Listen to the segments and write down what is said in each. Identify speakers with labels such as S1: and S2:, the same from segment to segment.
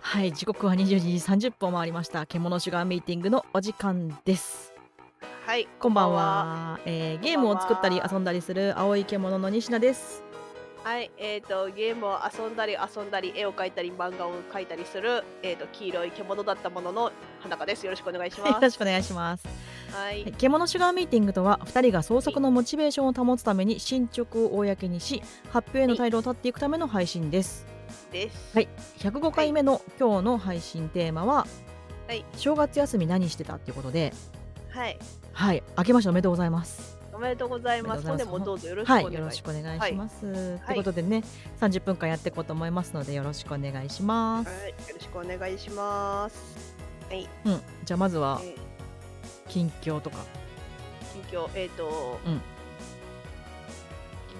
S1: はい時刻は20時30分を回りました獣シュガーミーティングのお時間です
S2: はい、
S1: こんばんは、えー、ゲームを作ったり遊んだりする青い獣の西野です
S2: こんばんは。はい、えっ、とゲームを遊んだり遊んだり絵を描いたり漫画を描いたりするえっ、と黄色い獣だったものの花香です。よろしくお願い し
S1: よ
S2: ま
S1: ろ
S2: す。
S1: しくお願いします
S2: はい
S1: はい、獣シュガーミーティングとは2人が創作のモチベーションを保つために進捗を公にし発表への態度を立っていくための配信です
S2: です。
S1: はい105回目の今日の配信テーマは、
S2: はい
S1: 正月休み何してたっていうことで
S2: はい、
S1: はい明けましておめでとうございます
S2: おめでとうございます。
S1: おめ
S2: 本
S1: で
S2: 年
S1: とうございます
S2: もどうぞよろしくお
S1: は
S2: 願
S1: い
S2: い
S1: よ
S2: し
S1: ろ
S2: ま
S1: し
S2: す。
S1: くお願いします、と
S2: は
S1: いう
S2: い
S1: ことでね30分間やっていこうと思いますのでよろしくお願いします、
S2: はい、よろしくお願いします。はい、
S1: うんじゃあまずは
S2: えー
S1: 近況とか
S2: 近況、えっ、と、
S1: うん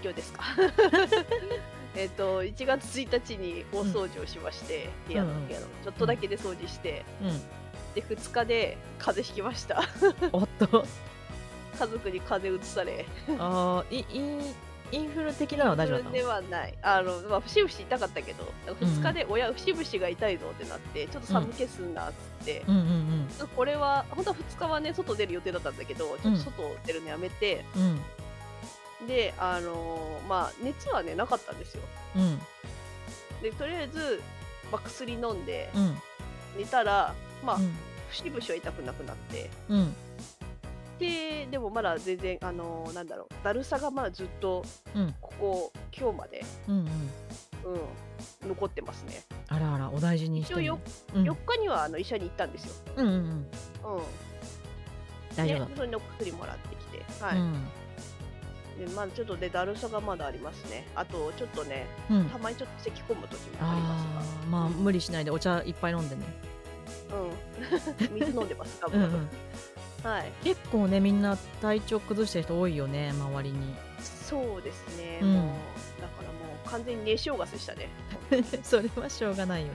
S2: 近況ですか。 えっと1月1日に大掃除をしまして、部屋の
S1: うんうん
S2: 部屋のちょっとだけで掃除して、
S1: う
S2: で2日で風邪ひきました。
S1: んおっと
S2: 家族に風邪うつされ
S1: あーいいインフル的なのは大丈夫だった
S2: そ
S1: の
S2: れではないあのまあ節々痛かったけど
S1: うん
S2: 2日で親節々が痛いぞってなってちょっと寒気すんなっつって、
S1: うんうん
S2: これは本当は2日はね外出る予定だったんだけどちょっと外出るのやめて、
S1: うん
S2: であのーまあ熱はねなかったんですよ
S1: うんうん
S2: でとりあえず、まあ、薬飲んで
S1: うん
S2: 寝たらまあ
S1: うん
S2: 節々は痛くなくなって
S1: うん
S2: ででもまだ全然あのーなんだろうだるさがまだずっと
S1: うん
S2: ここ今日まで、
S1: うんうん
S2: うん、残ってますね
S1: あらあらお大事にして
S2: 一応よ
S1: うん
S2: 4日にはあの医者に行ったんですよ。
S1: うんうんうん
S2: う
S1: 大
S2: ん、
S1: 丈
S2: で
S1: 夫だっ
S2: それでお薬もらってきて、
S1: た
S2: はいでまあ、ちょっとでだるさがまだありますね。あとちょっとね、
S1: うんうん
S2: たまにちょっと咳込む時もあり
S1: あ
S2: ま
S1: ーまあ無理しないでお茶いっぱい飲んでね
S2: すが、うん、 水飲んでます、ガ
S1: う
S2: ブ
S1: ん
S2: ガ
S1: う
S2: ブ。
S1: ん
S2: はい、
S1: 結構ねみんな体調崩してる人多いよね周りに
S2: そうですね、
S1: うん
S2: もうだからもう完全に寝正月でし たね。
S1: それはしょうがないよね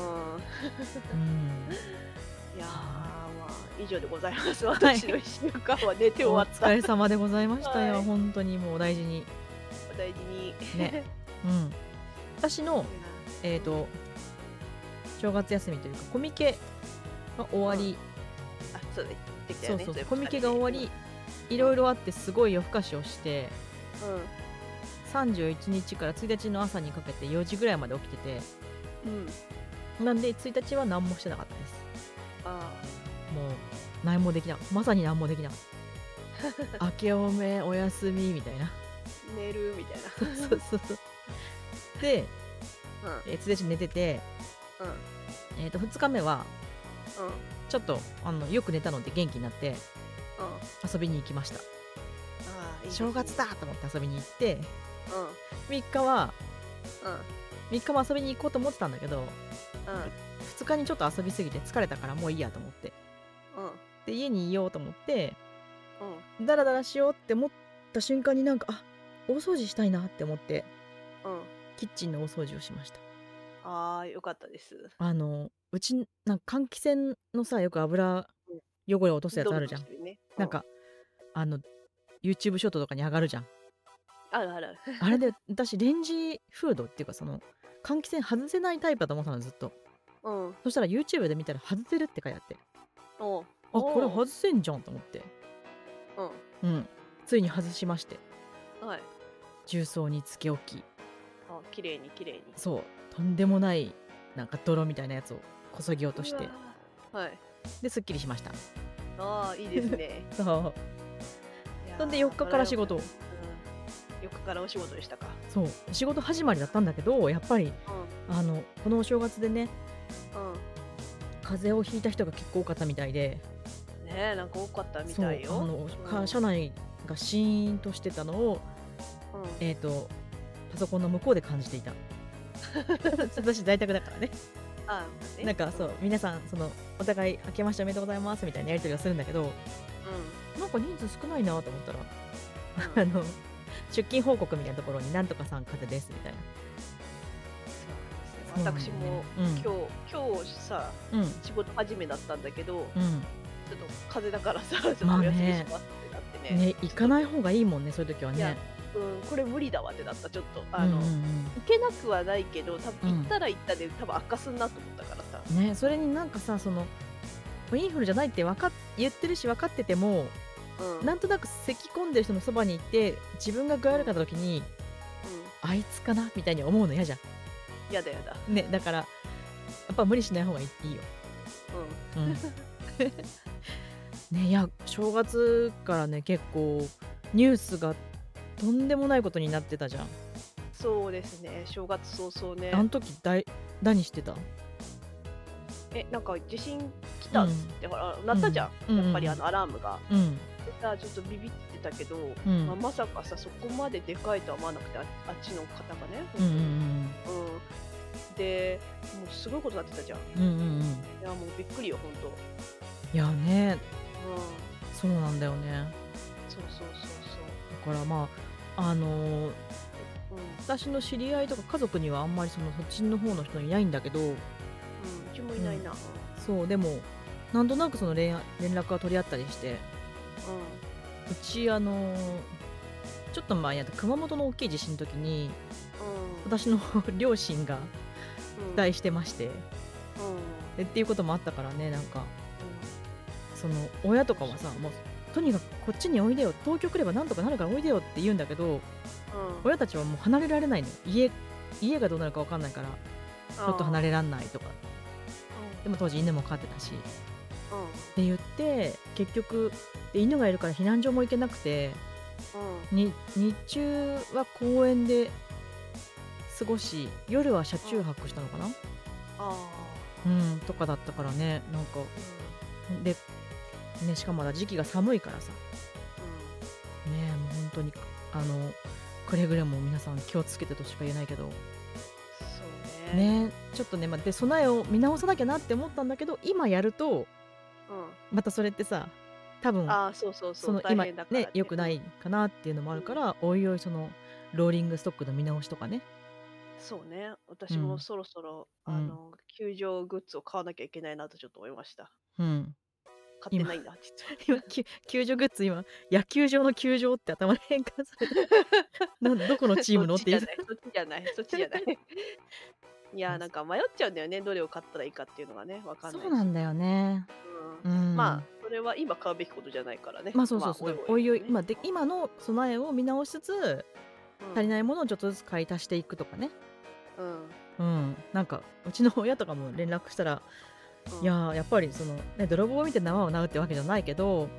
S2: うん、
S1: うん
S2: いやー、まあ、以上でございます、私の1週間は寝て終
S1: お
S2: わった。
S1: 疲れ様でございましたよ、
S2: はい
S1: 本当にもうお大事に
S2: お大事に。
S1: ねうん私のえっ、と正月休みというかコミケが終わり、
S2: あそうだ、言ってきた
S1: そ
S2: よ
S1: う
S2: ね
S1: そう
S2: いえば
S1: コミケが終わり、いろいろあってすごい夜更かしをして31日から1日の朝にかけて4時ぐらいまで起きてて
S2: うん、うん、
S1: なんで1日は何もしてなかったです
S2: あ
S1: もう何もできなかったまさに何もできなか った明けおめお休みみたいな
S2: ー寝るみたいな。
S1: そうそうそうで、
S2: うん
S1: えー1日寝てて、
S2: うん
S1: えー、と2日目は
S2: うん
S1: ちょっとあのよく寝たので元気になって
S2: うんあ
S1: 遊びに行きました
S2: あいいですね
S1: 正月だと思って遊びに行って
S2: うんうん
S1: 3日は3日も遊びに行こうと思ってたんだけど2日にちょっと遊びすぎて疲れたからもういいやと思って
S2: うんうん
S1: で家にいようと思って
S2: うん
S1: ダラダラしようって思った瞬間になんかあ大掃除したいなって思って
S2: うん
S1: キッチンの大掃除をしました
S2: ああよかったです
S1: あのうちなんか換気扇のさよく油汚れを落とすやつあるじゃん
S2: ドロドロしてねう
S1: なんかあの YouTube ショートとかに上がるじ ゃん
S2: あるあるある
S1: あれで私レンジフードっていうかその換気扇外せないタイプだと思ってたのずっと
S2: うん
S1: そしたら YouTube で見たら外せるって書いてあって
S2: おう
S1: あ
S2: おう
S1: これ外せんじゃんと思って
S2: う
S1: うんついに外しまして
S2: んはい
S1: 重曹につけ置き
S2: あ綺麗に綺麗に
S1: そうとんでもないなんか泥みたいなやつをこそぎ落として
S2: うわーはい
S1: ですっきりしました
S2: ああいいです ね
S1: そう
S2: いやー
S1: そんで4日から仕事を
S2: うん4日からお仕事でしたか
S1: そう仕事始まりだったんだけどやっぱり
S2: う
S1: あのこのお正月でね
S2: んうん
S1: 風邪をひいた人が結構多かったみたいで
S2: ねえなんか多かったみ
S1: そう
S2: た
S1: あ
S2: いよ
S1: のか
S2: うん
S1: 社内がシーンとしてたのを
S2: うん
S1: えっ、とパソコンの向こうで感じてい た私在宅だからね
S2: あね
S1: なんかそう皆さんそのお互い明けましておめでとうございますみたいなやり取りをするんだけどなんか人数少ないなと思ったら
S2: うんう
S1: あ
S2: ん
S1: の出勤報告みたいなところになんとかさん風邪ですみたいな
S2: そうなんですよ私も
S1: うん
S2: 今日今日さ
S1: うん
S2: 仕事始めだったんだけど、
S1: う
S2: ちょっと風邪だからさ、ちょっと
S1: まあ
S2: お
S1: ね
S2: 休みしますってなってね。
S1: んね行かない方がいいもんねそういう時はね
S2: いやうん、これ無理だわってなったちょっとあ
S1: あ
S2: の、
S1: の、うん
S2: 行
S1: うん
S2: けなくはないけど多
S1: う
S2: 分
S1: ん
S2: 行ったら行ったで多分悪化すんなと思ったからさ、
S1: うんねそれになんかさそのインフルじゃないってわかっ言ってるし分かってても
S2: うん
S1: なんとなく咳き込んでる人のそばに行って自分が具合悪かった時に
S2: うん
S1: あいつかなみたいに思うの嫌じゃ
S2: やだやだ、
S1: んねだからやっぱ無理しない方がいいいいよ
S2: う
S1: うんねいや正月からね結構ニュースがとんでもないことになってたじゃん、
S2: ん、そうですね正月早々ね
S1: あの時だい何してた
S2: えなんか地震来たっつって、ほら鳴ったじゃ
S1: う
S2: ん、
S1: ん
S2: やっぱりあのアラームが
S1: うん
S2: でさちょっとビビってたけど、
S1: うん
S2: まあ、まさかさそこまででかいとは思わなくてああっちの方がね、
S1: うんうん
S2: うんでもうすごいことになってたじゃんい
S1: うんうんうんうん
S2: やもうびっくりよ本当うん
S1: いやねそうなんだよね
S2: そうそうそ
S1: だからまああのー
S2: うそううん、
S1: 私の知り合いとか家族にはあんまりそのそっちの方の人いないんだけど
S2: うん、うちもいないな、
S1: そうでもなんとなくその連連絡は取り合ったりして
S2: う
S1: うちあのーちょっと前にあった熊本の大きい地震の時に
S2: んうんうん、
S1: 私の 両親が
S2: うん
S1: 期待してまして
S2: うんうん
S1: でっていうこともあったからねなんかその親とかはさもうとにかくこっちにおいでよ東京来ればなんとかなるからおいでよって言うんだけど
S2: うん
S1: 親たちはもう離れられないのよ家家がどうなるか分かんないからちょっと離れらんないとかでも当時犬も飼ってたしっ
S2: うんうん
S1: て言って結局で犬がいるから避難所も行けなくてに日中は公園で過ごし夜は車中泊したのかな、
S2: あ
S1: うん、とかだったからねなんかで、ね、しかもまだ時期が寒いからさ
S2: ー
S1: ねえもう本当にあのくれぐれも皆さん気をつけてとしか言えないけど
S2: うんそうね
S1: ねちょっとね、まあ、で備えを見直さなきゃなって思ったんだけど今やると
S2: う
S1: またそれってさ多分
S2: ん、ああそうそうそ
S1: そ
S2: う
S1: の
S2: 大
S1: 今
S2: 変だから
S1: ね良くないかなっていうのもあるから、おいおいそのローリングストックの見直しとかね
S2: そうね私
S1: う
S2: も
S1: ん
S2: そろそろ、
S1: うん
S2: あの球場グッズを買わなきゃいけないなとちょっと思いました
S1: うん
S2: 買ってないんだ実は
S1: 今き救助グッズ今野球場の球場って頭に変換され てなどこのチームのって言う
S2: そっちじゃないそっちじゃないそっちじゃない いやーなんか迷っちゃうんだよねどれを買ったらいいかっていうのがねわかんないし
S1: そうなんだよね、
S2: う
S1: うんん、
S2: まあそれは今買うべきことじゃないからね
S1: まあそうそうそう、おいおい、ま
S2: ま
S1: あ、で今の備えを見直しつつ足り
S2: い
S1: ないものをちょっとずつ買い足していくとかね
S2: うん、うん
S1: うんなんかうちの親とかも連絡したら、
S2: うん
S1: いやーやっぱりその、ね、泥棒を見て縄をなうってわけじゃないけど
S2: うんうん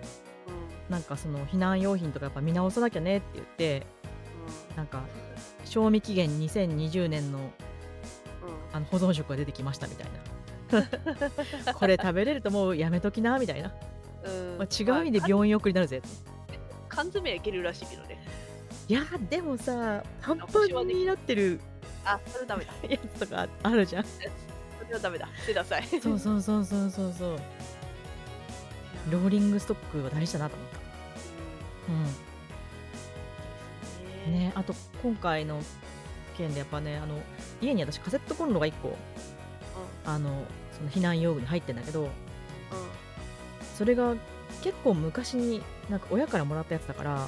S1: なんかその避難用品とかやっぱ見直さなきゃねって言ってなんか賞味期限2020年の
S2: うん
S1: あの保存食が出てきましたみたい なこれ食べれるともうやめときなみたいな、
S2: うん
S1: まあ、違う意味で
S2: まあ
S1: 病院送りになるぜ、
S2: 缶詰はいけるらしいけどね
S1: いやでもさパンパンになってる
S2: あそれダ メだ
S1: やつとかあるじゃん
S2: それはダメだ捨てなさい
S1: そうそうそうそうそうそうローリングストックは大事だなと思ったうん
S2: ね
S1: ねあと今回の件でやっぱねあの家に私カセットコンロが1個あのその避難用具に入ってんだけど
S2: うん
S1: それが結構昔になんか親からもらったやつだから
S2: うんうん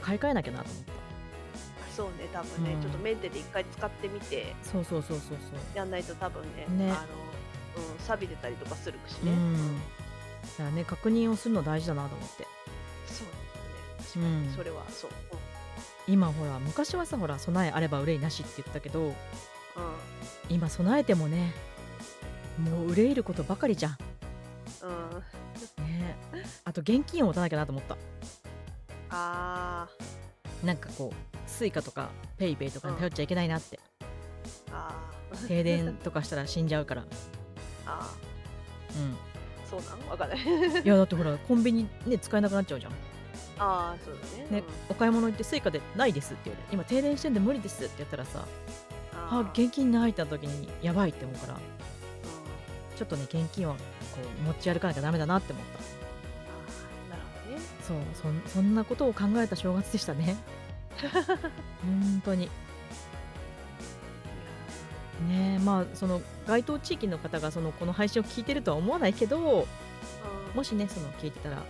S1: 買い替えなきゃなと思った
S2: そうね多分ね、
S1: うん
S2: ちょっとメンテで一回使ってみて
S1: そうそうそうそうそう
S2: やんないと多分ね
S1: ね
S2: あの、うん、錆びてたりとかするしね、
S1: うん、だからね確認をするの大事だなと思って
S2: そうね確
S1: う
S2: かに
S1: ん
S2: それはそう、
S1: 今ほら昔はさほら備えあれば憂いなしって言ったけど
S2: うんうん
S1: 今備えてもねもう憂いることばかりじゃん
S2: うん、
S1: ねえあと現金を持たなきゃなと思った
S2: あー
S1: なんかこうスイカとかペイペイとかに頼っちゃいけないなって、
S2: あー
S1: 停電とかしたら死んじゃうから
S2: あ
S1: う
S2: ーそうなんわかんない
S1: んいやだってほらコンビニね使えなくなっちゃうじゃん
S2: ああそうだね
S1: ね、お買い物行ってスイカでないですって言われて今停電してんで無理ですって言ったらさ
S2: うん、あ
S1: あ
S2: ー
S1: 現金ないってなった時にやばいって思うから
S2: うん
S1: ちょっとね現金をこう持ち歩かなきゃダメだなって思っ
S2: あーなるほどね
S1: たそうそんそんなことを考えた正月でした ね本当にねえまあその該当地域の方がそのこの配信を聞いてるとは思わないけどもしねその聞いてたら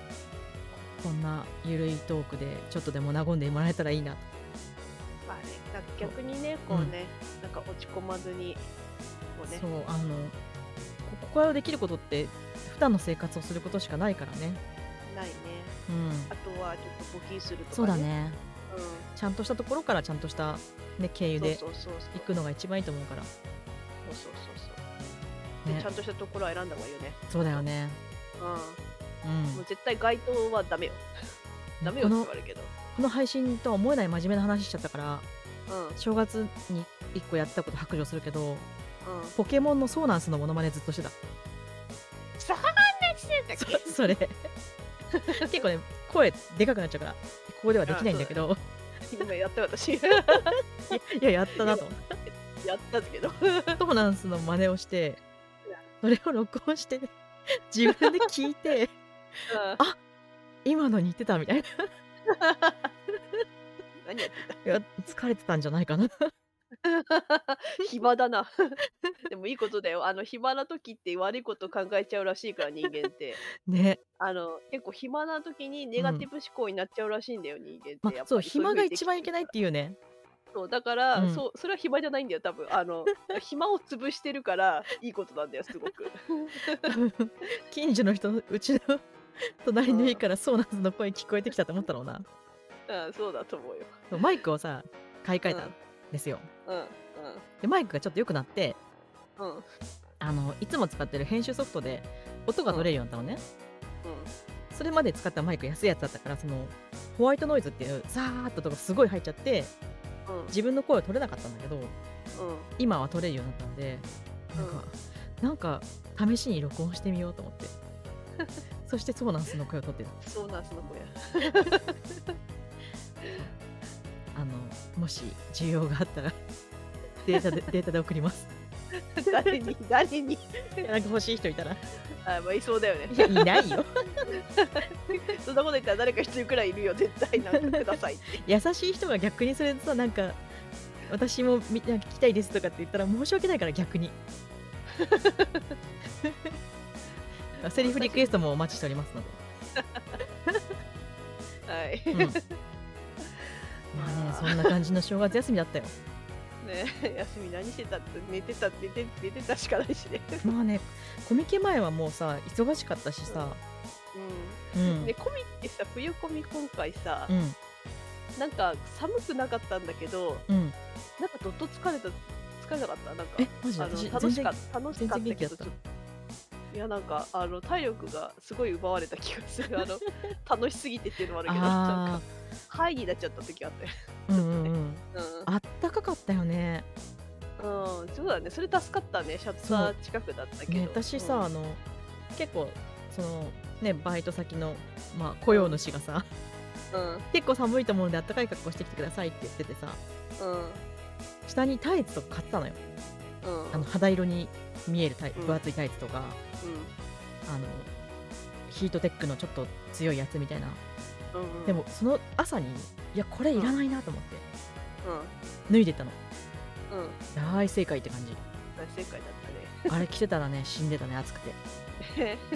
S1: こんなゆるいトークでちょっとでも和んでもらえたらいいな
S2: まあね、なんか逆にね、こうね、なんか落ち込まずに、こうね
S1: そ、うあのここからできることって普段の生活をすることしかないからね
S2: ないね。
S1: うん
S2: あとはちょっと募金するとか、ね。
S1: そうだ。ね
S2: うん。
S1: ちゃんとしたところからちゃんとした、ね、経由で
S2: そうそうそうそう。
S1: 行くのが一番いいと思うから、
S2: そうそうそうそう。で、
S1: ね
S2: ちゃ、んとしたところは選んだ方がいいよね。
S1: そうだよね
S2: うん。
S1: うん
S2: もう絶対街灯はダメよ。ダメよっ
S1: こ
S2: て
S1: の
S2: 言われるけど。
S1: この配信とは思えない真面目な話しちゃったから
S2: うん。うん。
S1: 正月に1個やってたこと白状するけどポケモンのソーナンスのモノマネずっとしてた
S2: そうなんですだっ
S1: そ
S2: け
S1: それ結構ね声でかくなっちゃうからここではできないんだけど
S2: 今やっ た私。
S1: いややったなと思って
S2: やったけど。
S1: ソーナンスの真似をしてそれを録音して、自分で聞いて
S2: あ
S1: 今の似てたみたいな
S2: 何やっ
S1: い
S2: て
S1: や疲れてたんじゃないかな
S2: た暇だな。 でもいいことだよ。あの暇な時って悪いこと考えちゃうらしいから人間って。
S1: ね
S2: あの結構暇な時にネガティブ思考になっちゃうらしいんだよ、人間って。
S1: まあ
S2: やっぱ
S1: そう
S2: りい
S1: 暇が一番いけないいっていうね
S2: う風にできてるからそうだから、
S1: うん
S2: そうそれは暇じゃないんだよ多分 あの暇を潰してるからいいことなんだよすご く
S1: 近所の人うちの隣の家からソーナンスの声聞こえてきたと思ったろうな
S2: うんそうだと思うよ
S1: そうマイクをさ買い替えた
S2: うん
S1: んですよ、
S2: うん
S1: でマイクがちょっと良くなって
S2: うんうんうん
S1: あのいつも使ってる編集ソフトで音が取れるようになったのね、それまで使ったマイク安いやつだったからそのホワイトノイズっていうザーッととかすごい入っちゃって
S2: うん
S1: 自分の声を取れなかったんだけど
S2: うん
S1: 今は取れるようになったのでなんか、なんか試しに録音してみようと思って そしてソーナンスの声を取ってた
S2: そうなんすのこや
S1: あのもし需要があ ったらデータでデータで送ります
S2: 誰に誰に
S1: い やなんか欲しい人いたら
S2: あまあいそうだよね
S1: いやいないよ
S2: そんなこと言ったら誰か一人くらいいるよ絶対なんかくだ さいって
S1: 優しい人が逆にそれでさなんか私もみなんか聞きたいですとかって言ったら申し訳ないから逆 にセリフリクエストもお待ちしており ますの
S2: はい、
S1: で、うん、まあねそんな感じの正月休みだったよ
S2: ね休み何してたって寝てた寝て寝てたしかないしね
S1: まあねコミケ前はもうさ忙しかったしさ
S2: うん
S1: うん、
S2: でコミってさ冬コミ今回さ
S1: う、ん
S2: なんか寒くなかったんだけど
S1: うん
S2: なんかどっと疲れた疲れなかったなんか
S1: えマジで
S2: あの
S1: 私
S2: 楽
S1: 全
S2: し
S1: 然
S2: かった楽しかった
S1: 全然元気
S2: け
S1: だ
S2: ど
S1: っ
S2: ち
S1: た
S2: ょっといやなんかあの体力がすごい奪われた気がす るあの楽しすぎてっていうのもあるけどなん
S1: あ
S2: かハイになっちゃった時あって
S1: ーうんうん うん
S2: う
S1: あったかかったよね
S2: ん、うん、そうだねそれ助かったねシャツ
S1: そ
S2: は
S1: う
S2: 近くだったけど、
S1: ね私さ、あの結構そのねバイト先の、まあ、雇用主がさ
S2: うんうん
S1: 結構寒いと思うんであったかい格好してきてくださいって言っててさ
S2: うん
S1: 下にタイツとか買ったのよ
S2: うん
S1: あの肌色に見えるタイ
S2: うん
S1: 分厚いタイツとか、あのヒートテックのちょっと強いやつみたいな、
S2: うんうん
S1: でもその朝にいやこれいらないなと思って
S2: う
S1: 脱いでったの
S2: んうん
S1: 大正解って感じ
S2: 大正解だっ
S1: あれ着てたら ね死んでたね暑くて
S2: たね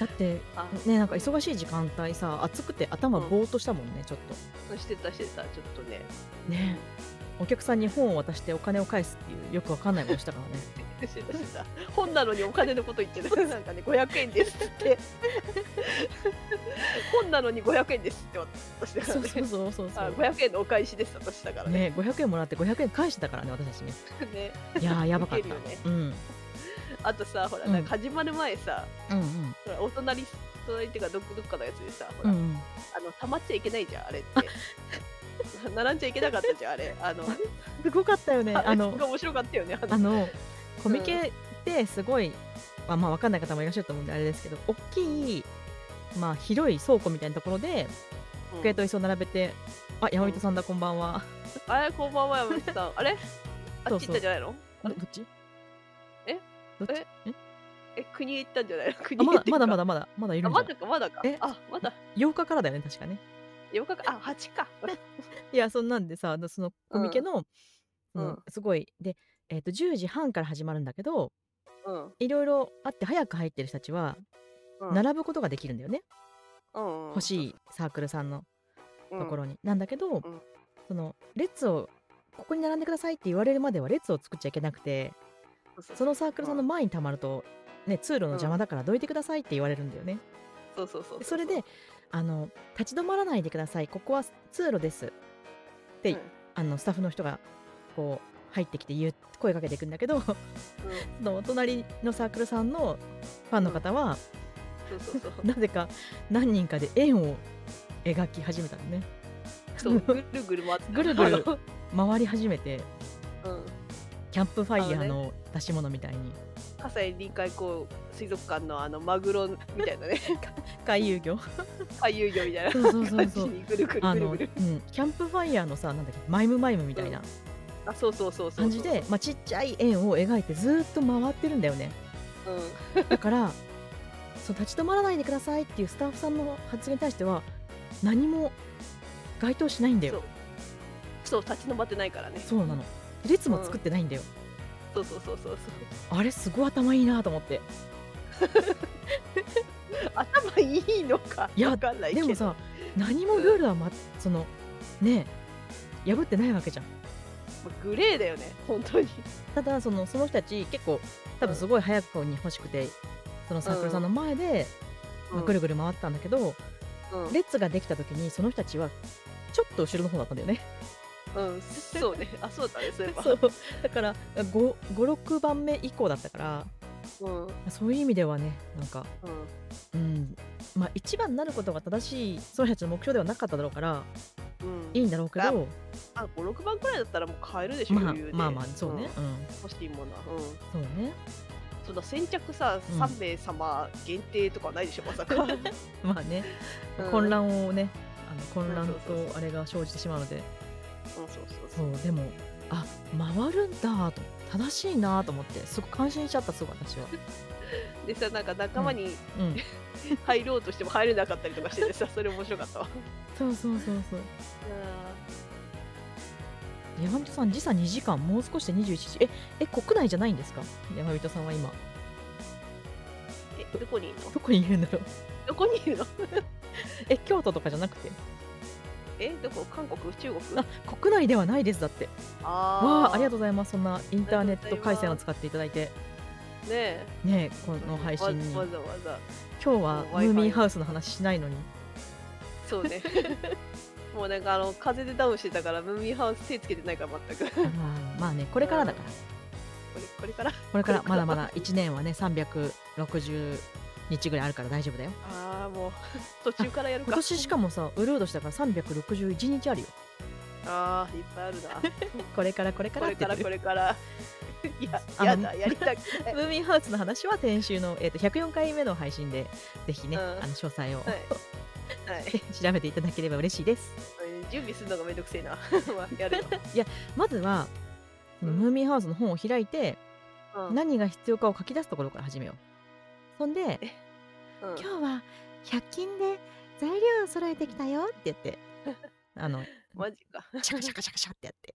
S1: だって
S2: あ
S1: ねなんか忙しい時間帯さ暑くて頭ぼーっとしたもんねちょっと
S2: してたしてたちょっとね
S1: ねお客さんに本を渡してお金を返すっていうよくわかんないことしたからね
S2: してたしてた本なのにお金のこと言ってるなんかね500円ですって 本なのに500円ですって私 だから
S1: そう
S2: ね
S1: そうそうそうそ
S2: あ
S1: う
S2: 500円のお返しです私だからね
S1: ね500円もらって500円返してたからね私たちね
S2: ね
S1: いや ーやばかっ
S2: ウケ
S1: た、
S2: るよね
S1: うんうん
S2: あとさほら
S1: うん
S2: なんか始まる前さ、
S1: うん
S2: ほらお隣隣っていうかどっどっかのやつでさほ
S1: う
S2: ら、
S1: んうん
S2: あの溜まっちゃいけないじゃんあれって並んじゃいけ なかったじゃん あれあの
S1: すごかったよねあ
S2: あのす
S1: の
S2: ごい面白かったよねあの
S1: あ のコミケってすごい、まあまあわかんない方もいらっしゃると思うんであれですけど大きいまあ広い倉庫みたいなところで
S2: うん
S1: 机と椅子を並べて、あ山本さんだこんばんは
S2: あれこんばんは山口さんあれあ
S1: そ
S2: っ
S1: う
S2: ち
S1: そう
S2: 行ったんじゃないの
S1: どどっち
S2: え
S1: どっち
S2: ええ国へ行ったんじゃないの国
S1: あ
S2: へ
S1: ま
S2: 行っ
S1: だ
S2: て
S1: まだま
S2: だ
S1: だまだまだいる
S2: あ
S1: んじゃ
S2: ま
S1: ない
S2: だかまだか
S1: え
S2: あまだ
S1: 8日からだよね確かね
S2: 8日かあ八か
S1: いやそんなんでさあのそのコミケの、
S2: うん
S1: うん
S2: うん
S1: すごいで、えー、と10時半から始まるんだけど
S2: うん、
S1: いろいろあって早く入ってる人たちは
S2: うん、
S1: 並ぶことができるんだよね、
S2: うん
S1: 欲しいサークルさんの
S2: と
S1: ところに、なんだけど、
S2: ん
S1: その列をここに並んでくださいって言われるまでは列を作っちゃいけなくてそのサークルさんの前にたまると、ね、通路の邪魔だからどいてくださいって言われるんだよね。
S2: そうそうそうう
S1: でそれであの立ち止まらないでくださいここは通路ですって、
S2: うん
S1: あのスタッフの人がこう入ってきて言う声かけていくんだけどそのお隣のサークルさんのファンの方は、
S2: そうそうそ う
S1: なぜか何人かで円を描き始めたのね
S2: そうぐるぐる回ってた
S1: ぐるぐる回り始めて
S2: うん
S1: キャンプファイヤー
S2: あの
S1: の出し物みたいに
S2: 葛西臨海港水族館のあのマグロみたい なね
S1: 回遊魚
S2: 回遊魚みたいな
S1: そうそうそう
S2: 感
S1: そ
S2: じ
S1: う
S2: にぐるぐる
S1: あ
S2: ぐる
S1: の、う
S2: ぐ
S1: ん、キ
S2: る
S1: ャンプファイヤーのさなんだっけマイムマイムみたいな
S2: あそうそうそうそう
S1: 感じで、まあ、ちっちゃい円を描いてずーっと回ってるんだよね
S2: うん
S1: だからそう立ち止まらないでくださいっていうスタッフさんの発言に対しては何も該当しないんだよ
S2: そう立ち止まってないからね
S1: そうなの列も作ってないんだよ、
S2: そうそうそうそう
S1: あれすごい頭いいなと思って
S2: そう頭いいのか
S1: いや
S2: わかんないけ
S1: で
S2: ど
S1: もさ何もルールは、ま、そのねえ破ってないわけじゃん
S2: もうグレーだよね本当に
S1: ただそのその人たち結構多分すごい早くに欲しくてそのサークルさんの前で、まあぐるぐる回ったんだけど、
S2: うん
S1: 列ができた時にその人たちはちょっと後ろの方だったんだよね
S2: うんそうねあそうだねそういえ ば
S1: そうだから56番目以降だったから
S2: うんうん
S1: そういう意味ではねなんかうんまあ一番になることが正しいその人たちの目標ではなかっただろうから
S2: うん
S1: いいんだろうけど
S2: あ五六番くらいだったらもう買えるでしょ
S1: まあ
S2: 余裕で
S1: まあまあそうね
S2: ん
S1: うん、
S2: 欲しいものはうん
S1: そうね
S2: そんな先着さ
S1: うん
S2: 三名様限定とかないでしょまさか
S1: まあね、
S2: うん
S1: 混乱をねあの混乱
S2: そうそう
S1: とあれが生じてしまうので
S2: うんそうそうそ
S1: そううでもあ回るんだと正しいなと思ってすごく感心しちゃったすごい私は、
S2: でさなんか仲間に
S1: うん、
S2: 入ろうとしても入れなかったりとかしててさそれ面白かったわ
S1: そうそうそうそう山人さん時差2時間もう少しで21時ええ国内じゃないんですか山人さんは今
S2: えどこにいるの
S1: どこにいるんだろう
S2: どこにいるの
S1: え京都とかじゃなくて
S2: えどこ韓国中国
S1: あ国内ではないですだってわ
S2: あ
S1: あありがとう
S2: う
S1: ございますそんなインターネッ
S2: あ
S1: ト
S2: りがとうござ
S1: 回
S2: います
S1: 線を使っていただいて
S2: ね
S1: ねこ
S2: え
S1: の配信に
S2: わ
S1: 今
S2: ざわざわざ
S1: 日は
S2: もう
S1: ム
S2: Wi-Fi
S1: ーミンハウスの話しないのに
S2: そうね もうなんかあの風でダウンしてたからムーミンハウス手つけてないから全くこ
S1: あまあねこれからだから
S2: れこれから
S1: これからま
S2: これか
S1: だ
S2: ら
S1: まだ1年はね360日ぐらいあるから大丈夫だよ
S2: ああもう 途中からやるか
S1: 今年しかもさうるうとしたから361日あるよ
S2: ああいっぱいあるな
S1: これからこれから
S2: こ
S1: っ
S2: れ
S1: て言
S2: か
S1: って
S2: ら
S1: る
S2: これから いや
S1: あの
S2: やだやりたくな い
S1: ムーミンハウスの話は先週の、えー、と104回目の配信でぜひね、
S2: うん
S1: あの詳細を、
S2: はいはい
S1: 調べていただければ嬉しいです
S2: 準備するのがめんどくせえな まあやるわ
S1: まずは、
S2: うん
S1: ムーミンハウスの本を開いて、
S2: うん
S1: 何が必要かを書き出すところから始めようそんで
S2: うん
S1: 「今日は100均で材料を揃えてきたよ」って言って あの
S2: マジか
S1: シャカシャカシャカシャってやって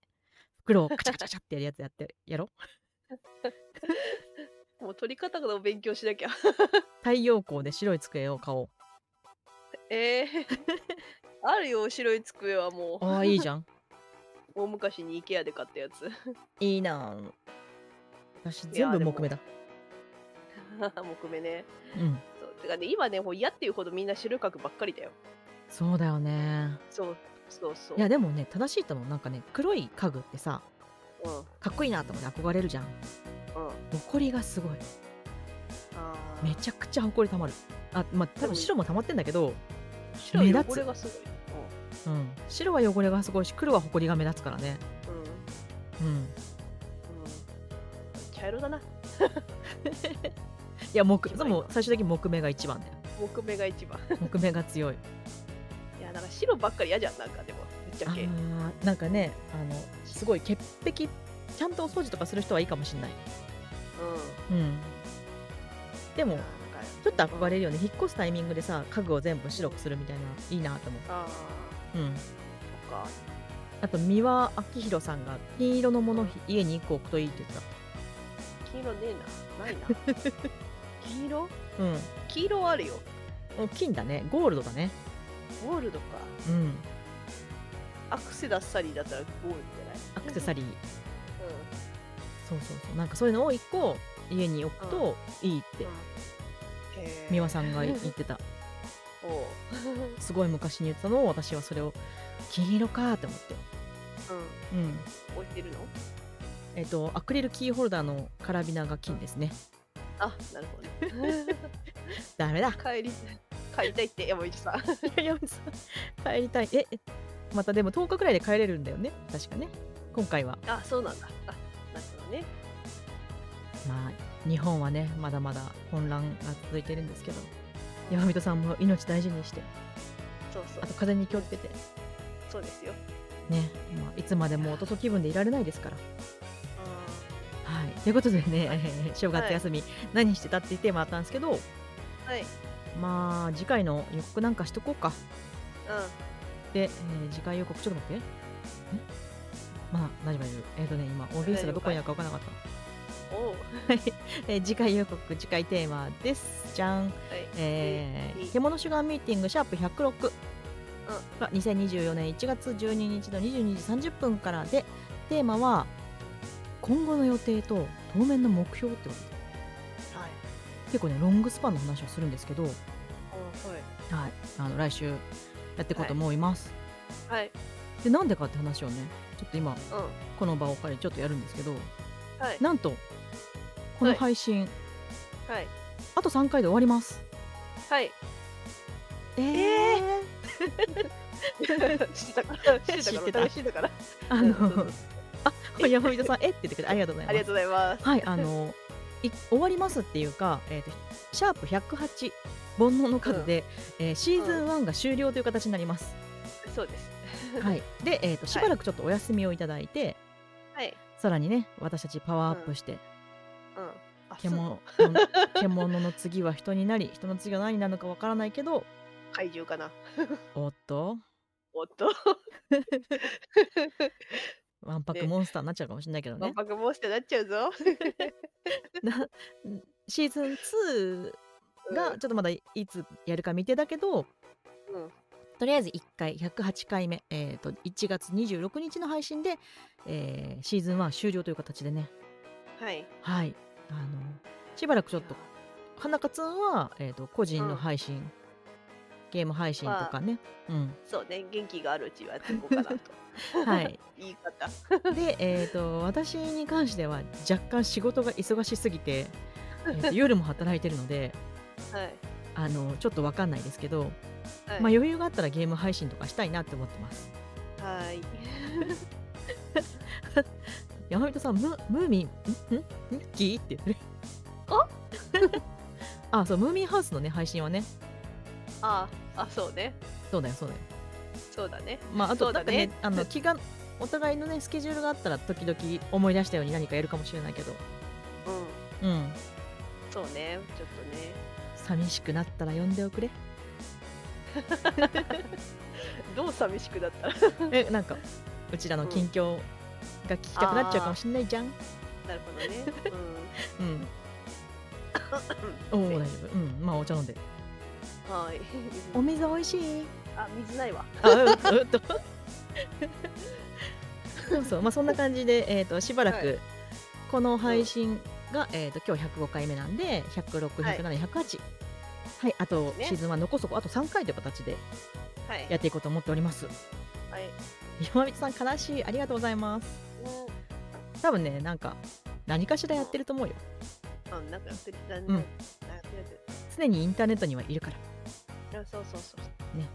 S1: 袋をカチャカチャカチャってやるやつやってやろう
S2: もう取り方の勉強しなきゃ
S1: 太陽光で白い机を買おう
S2: ええ あるよ白い机はも
S1: ああいいじゃん
S2: う大昔に IKEA で買ったやつ
S1: いいなぁ私全部木目だ
S2: 木目ね
S1: うん
S2: そうてかね今ねもう嫌っていうほどみんな白い角ばっかりだよ
S1: そうだよね
S2: そうそうそう
S1: いやでもね正しいと思うなんかね黒い家具ってさ
S2: うんうん
S1: かっこいいなと思って憧れるじゃん埃がすごい
S2: あー
S1: めちゃくちゃ埃たまるあまあ多分白もたまってんだけど、
S2: 白い
S1: 目立つ
S2: 汚れがすごい
S1: うん、白は汚れがすごいし黒は埃が目立つからね
S2: うんうん、うん、
S1: うん
S2: 茶色だない
S1: や木
S2: 一
S1: で
S2: 番いい
S1: も最終的に木目が一番だよ
S2: 木目が一番
S1: 木目が強い
S2: いやなんか白ばっかり嫌じゃんなんかでもぶっちゃ
S1: あ
S2: け
S1: ーなんかねあのすごい潔癖ちゃんとお掃除とかする人はいいかもしんない、
S2: う
S1: うん、で
S2: ん
S1: も
S2: なんか
S1: ちょっと憧れ
S2: うん
S1: るよね引っ越すタイミングでさ家具を全部白くするみたいないいなと思
S2: ああ
S1: う、うん、
S2: そっか
S1: あと三輪明宏さんが金色のものを家に1個置くといいって言って
S2: 黄色ねえなないな黄色
S1: たうん
S2: 黄色はあるよ
S1: お金だねゴールドだね
S2: ゴールドか
S1: うん
S2: アクセダッサリーだったらゴールドじゃない
S1: アクセサリーそうそうそうなんかそういうのを1個家に置くといいって
S2: うん、へー
S1: 美輪さんが言ってた
S2: おう
S1: すごい昔に言ってたのを私はそれを金色かーって思って
S2: う
S1: うん
S2: ん置いてるの
S1: えっとアクリルキーホルダーのカラビナが金ですね
S2: あなるほどね
S1: ダメだ
S2: 帰り帰りたいって山道さん
S1: いや山口さん帰りたいええまたでも10日くらいで帰れるんだよね確かね今回は
S2: あそうなんだあなるほどね
S1: まあ日本はねまだまだ混乱が続いてるんですけど山人さんも命大事にして
S2: そうそ
S1: あ
S2: う
S1: と風邪に気をつけて
S2: そうですよ
S1: ね、まあ、いつまでもおとそ気分でいられないですから。はい、ということでね、正月休み、何してたっていうテーマだったんですけど
S2: はいうん
S1: まあ次回の予告なんかしとこうかで、えー次回予告ちょっと待ってえまあ大丈夫大丈夫えっ、とね今オービースがどこにあるか分からなかった
S2: おう
S1: えー次回予告次回テーマですじゃん、
S2: はい
S1: え
S2: いい
S1: ー、獣シュガーミーティングシャープ106
S2: ん
S1: が2024年1月12日の22時30分からでテーマは今後の予定と当面の目標ってことで
S2: はい
S1: 結構ねロングスパンの話をするんですけど、はい、
S2: おうはい
S1: あの来週やっていこうと思います、
S2: はい
S1: でなんでかって話をねちょっと今
S2: うん
S1: この場を借りてちょっとやるんですけど
S2: はい
S1: なんとこの
S2: はい
S1: 配信、
S2: はい
S1: あと3回で終わります
S2: はい
S1: え
S2: え
S1: ー
S2: 知ってたから知って
S1: 知っ
S2: たから
S1: てた
S2: お互い知ってたから
S1: あ
S2: うんそうそう
S1: の、あ、 山人さん、えって言ってくれてありがとうござ
S2: あ
S1: い
S2: り
S1: ま
S2: が
S1: す。
S2: とうございます
S1: はい、あの、い終わりますっていうか、えっ、と、シャープ108、煩悩の数で、えーシーズン1が終了という形になります。
S2: そうです
S1: はい。で、えっ、と、しばらくちょっとお休みをいただいて、
S2: はい
S1: さらにね、私たちパワーアップして、
S2: うんあそう
S1: 獣獣の次は人になり、人の次は何になるのかわからないけど、
S2: 怪獣かな
S1: おっと、
S2: おっと
S1: わんぱく
S2: ね
S1: モンスターになっちゃうかもしれないけど
S2: 万
S1: ね。
S2: 博もしてなっちゃうぞ
S1: なシーズン2がちょっとまだいつやるか未定だけど、
S2: うん
S1: とりあえず1回108回目、えー、と1月26日の配信で、えーシーズン1終了という形でね
S2: はい
S1: はいあのしばらくちょっと花かつんは、えー、と個人の配信、ゲーム配信とかね、うん
S2: そうね元気があるうちはやっていこうかなと
S1: はい
S2: 言い方
S1: で、えー、と私に関しては若干仕事が忙しすぎて、え ーと夜も働いてるので
S2: はい
S1: あのちょっとわかんないですけど、
S2: はい
S1: まあ、余裕があったらゲーム配信とかしたいなって思ってます
S2: はい
S1: 山本さん、ムムーミン、んんんギーって言ってる。 ああ、そう、ムーミンハウスのね、配信はね、
S2: ああそうね
S1: そうだよ、そうだよ。
S2: そうだね
S1: まあ、あ
S2: そ
S1: と、な
S2: うだ
S1: んか
S2: ね
S1: ね、あの、気が、お互いのね、スケジュールがあったら、時々思い出したように何かやるかもしれないけど、
S2: うん
S1: うん、
S2: そうねちょっとね
S1: 寂しくなったら呼んでおくれ。
S2: どう寂しくなったら
S1: え、なんか、うちらの近況が聞きたくなっちゃうかもしれないじゃん。
S2: なるほどね
S1: うん。
S2: う
S1: お
S2: ん
S1: お、大丈夫。うん、まあ、お茶飲んで。
S2: はい
S1: お水美味しい
S2: あ水ないわ
S1: あうんうんとそうそうまあそんな感じで、えー、としばら
S2: は
S1: くこの配信が、えー、と今日105回目なんで106107、
S2: はい
S1: 108はいあと、
S2: ね
S1: シーズンは残そこあと3回という形で
S2: はい
S1: やっていこうと思っております
S2: はい
S1: 山道さん悲しいありがとうございます多分ねなんか何かしらやってると思うよ
S2: うんあなんかやってるなん
S1: うん
S2: なんかやってる
S1: 常にインターネットにはいる から
S2: あそうそうそう
S1: ね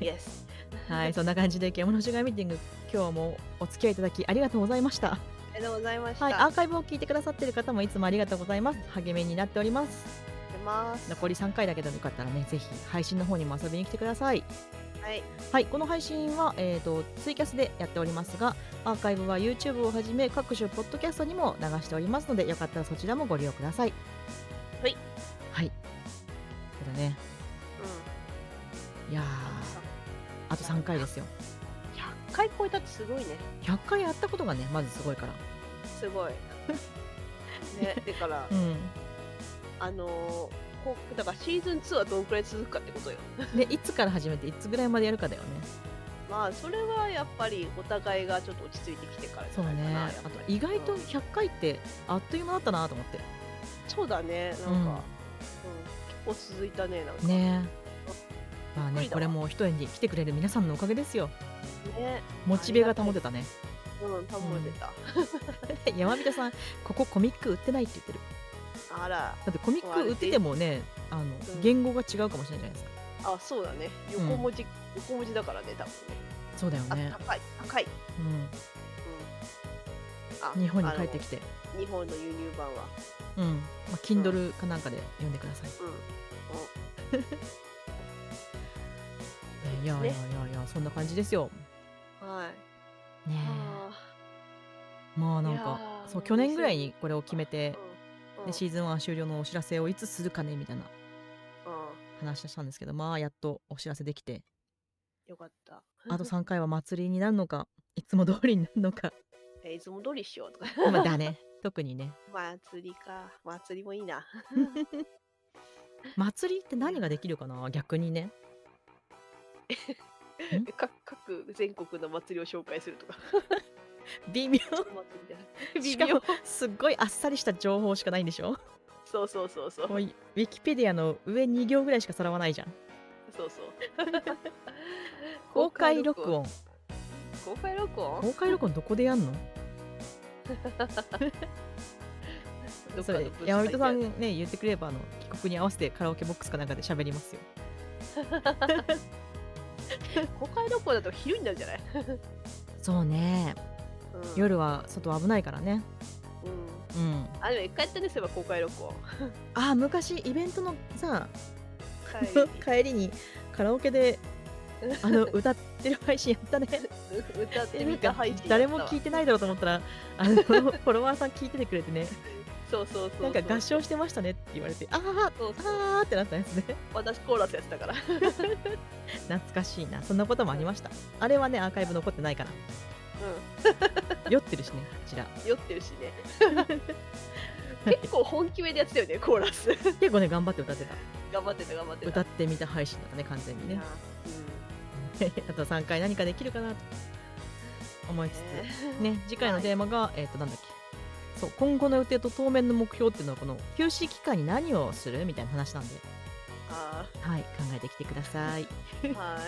S2: イエス
S1: はいそんな感じで「獣シュガーミーティング」今日もお付き合いいただきありがとうございました
S2: ありがとうございました
S1: はい、アーカイブを聞いてくださってる方もいつもありがとうございます。励みになっております。
S2: ってます
S1: 残り3回だけでもよかったらね、ぜひ配信の方にも遊びに来てください。
S2: はい
S1: はい、この配信は、えー、とツイキャスでやっておりますが、アーカイブは YouTube をはじめ各種ポッドキャストにも流しておりますので、よかったらそちらもご利用ください。
S2: はい。
S1: はい。ただね、
S2: うん
S1: いやー、
S2: さ
S1: あと3回ですよ。
S2: 100回超えたってすごいね
S1: 100回やったことがね、まずすごいから。
S2: すごいねだから
S1: うん。
S2: あのーこうだからシーズン2はどんくらい続くかってことよ
S1: でいつから始めていつぐらいまでやるかだよね
S2: まあそれはやっぱりお互いがちょっと落ち着いてきてからじ
S1: そ
S2: ゃ
S1: う
S2: ないか
S1: ね
S2: な
S1: あ
S2: やっぱ
S1: と
S2: り
S1: 意外と
S2: うん
S1: 100回ってあっという間だったなと思って
S2: そうだねなんか、
S1: う
S2: うんん結構続いたねなんか
S1: ねまあ
S2: びっく
S1: ね
S2: りだ
S1: こ
S2: わ
S1: れも一演に来てくれる皆さんのおかげですよ
S2: ね
S1: モチベが保てたね
S2: うん多分出た、
S1: 山下さんここコミック売ってないって言ってる
S2: あら
S1: だってコミック売っててもねあの
S2: うん
S1: 言語が違うかもしれないじゃないですか
S2: あそうだね
S1: うん
S2: 横文字、横文字だからね多分ね
S1: そうだよ
S2: あ、
S1: ね、
S2: 高い高い、うん、あ
S1: うん、日本に帰ってき
S2: て
S1: て
S2: 日本の輸入版は
S1: うん、まあ、Kindle かなんかで読んでください、
S2: うん
S1: いやいや
S2: ね
S1: いやいやそんな感じですよ
S2: はい
S1: ね
S2: あ
S1: えまあなん
S2: いや
S1: か
S2: ー
S1: そう去年ぐらいにこれを決め
S2: ー
S1: て
S2: うん
S1: でシーズン1終了のお知らせをいつするかねみたいな
S2: うん
S1: 話をしたんですけどまあやっとお知らせできて
S2: よかった
S1: あと3回は祭りになるの かいつも通りになるの か
S2: えいつも通りしようとか
S1: まあだね特にね
S2: 祭りか祭りもいい な
S1: 祭りって何ができるかな逆にねん
S2: 各各全国の祭りを紹介するとか
S1: 微妙
S2: お祭りだ
S1: しか
S2: 微妙
S1: もすっごいあっさりした情報しかないんでしょ
S2: そうそうそうそう
S1: もういウィキペディアの上2行ぐらいしかさらわないじゃん
S2: そうそう
S1: 公開録音
S2: 公開録音
S1: 公開録音どこでやんの
S2: どっ
S1: そ
S2: かの
S1: れ
S2: 物産
S1: 山本さん
S2: で
S1: ね言ってくれればあの帰国に合わせてカラオケボックスかなんかで喋りますよ
S2: 公開録音だと昼になるんじゃない、
S1: そうね
S2: うん、
S1: 夜は外危ないからね
S2: うん
S1: うん
S2: あでも一回やったんですよ公開 録音
S1: あー昔イベントのさ
S2: はい
S1: 帰りにカラオケであの歌ってる配信やったね
S2: 歌ってみた配信
S1: 誰も聞い
S2: て
S1: てないだろうと思ったらあ のフォロワーさん聞いててくれてね
S2: そうそうそう
S1: なんか合
S2: 唱
S1: 唱してましたねって言われてあー
S2: そうそう
S1: あーってなったんですね
S2: 私コーラスやってたから
S1: 懐かしいなそんなこともありましたあれはねアーカイブ残ってないから
S2: う
S1: 酔ってるしねこちら
S2: ん酔ってるしね 結構本気めでやってたよねコーラス
S1: 結構ね頑張って歌ってた
S2: 頑張ってた頑張ってた
S1: 歌ってみた配信だったね完全にね
S2: なう
S1: あと3回何かできるかなと思い
S2: ん
S1: つつ、
S2: ね
S1: ね、次回のテーマが、えっ、と、なんだっけ。そう、今後の予定と当面の目標っていうのは、この休止期間に何をするみたいな話なんで。
S2: あ
S1: はい、考えてきてください。
S2: ーは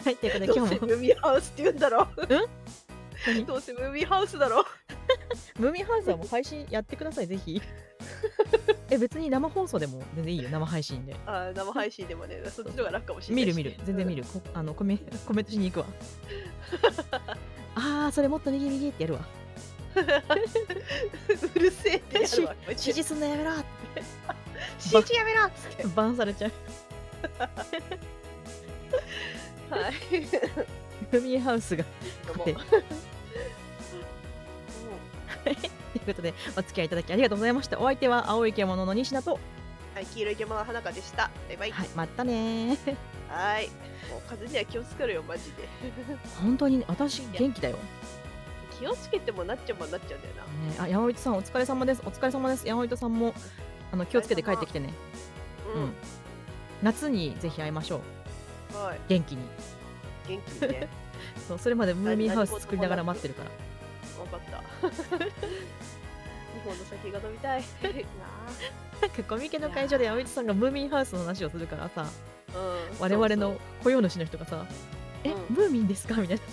S2: い
S1: はい、ということで、
S2: ど
S1: 今
S2: うせ
S1: 日
S2: ム
S1: も。
S2: ービーハウスって言うんだろ
S1: 何
S2: どうせムービーハウスだろ
S1: ムーミンハウスはもう配信やってください、ぜひ。 え、別に生放送でも全然いいよ、生配信 で。
S2: あー生配信でもねそっちの方が楽かもしれな
S1: 見
S2: い
S1: る見る、全然見
S2: る
S1: る、こあの、コメ、コメントしに行くわ。 あー、それもっと右右ってやるわ。
S2: うるせえってやるわ
S1: 指示すんのやめろ。
S2: 指示や めろっつって
S1: バンされちゃう。
S2: はい
S1: ムーミンハウスが。
S2: どうも
S1: でということで、お付き合いいただきありがとうございました。お相手は青い獣の西名と。
S2: はい、黄色い獣の花香でした。バイバイ。は
S1: はい、またねー
S2: ーい。もう風には気をつけろよ、マジで。
S1: 本当にね私元気だよ、ね、
S2: 気をつけてもなっちゃうもんなっちゃうんだよな。
S1: あ山本さんお疲れ様ですお疲れ様です山本さんもあの気をつけて帰ってきてね
S2: うん。
S1: うん夏にぜひ会いましょう
S2: はい、
S1: 元気に
S2: 元気に ね。
S1: そうそれまでムーミンハウス作りながら待ってるから
S2: わかった。 日本の酒が飲みたい。
S1: なんかコミケの会場で山本さんがムーミンハウスの話をするからさ
S2: なあうん。
S1: 我々の雇用主の人がさ「え
S2: うん
S1: ムーミンですか?」みたい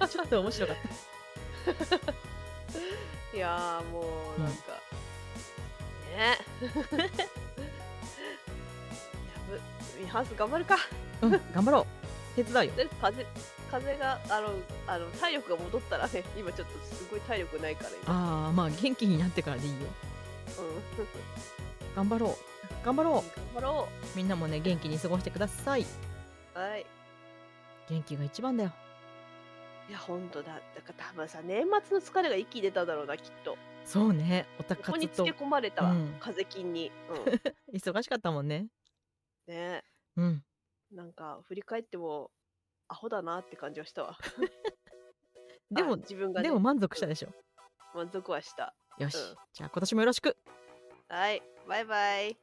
S1: なちょっと面白かった
S2: いやー、もう、なんか。ね。やぶ、ミハウス頑張るか。
S1: うん頑張ろう手伝うよ
S2: とりあえず風風があのあの体力が戻ったらね今ちょっとすごい体力ないから今
S1: ああまあ元気になってからでいいよ
S2: うん
S1: 頑張ろう頑張ろ
S2: 頑張ろ
S1: うみんなもね元気に過ごしてくださいう
S2: はい
S1: 元気が一番だよ
S2: いや本当だだから多分さ年末の疲れが息出ただろうなきっと
S1: そうねおた
S2: こ
S1: か
S2: こ
S1: つ
S2: につ
S1: と
S2: け込まれたわ、
S1: うん
S2: 風邪菌に、 うん、
S1: 忙しかったもんね
S2: ね
S1: うん
S2: なんか振り返ってもアホだなって感じはしたわ
S1: で
S2: あ
S1: も
S2: 自分が、ね、
S1: でも満足したでしょ
S2: 満足はした
S1: よし
S2: うん
S1: じゃあ今年もよろしく
S2: はいバイバイ。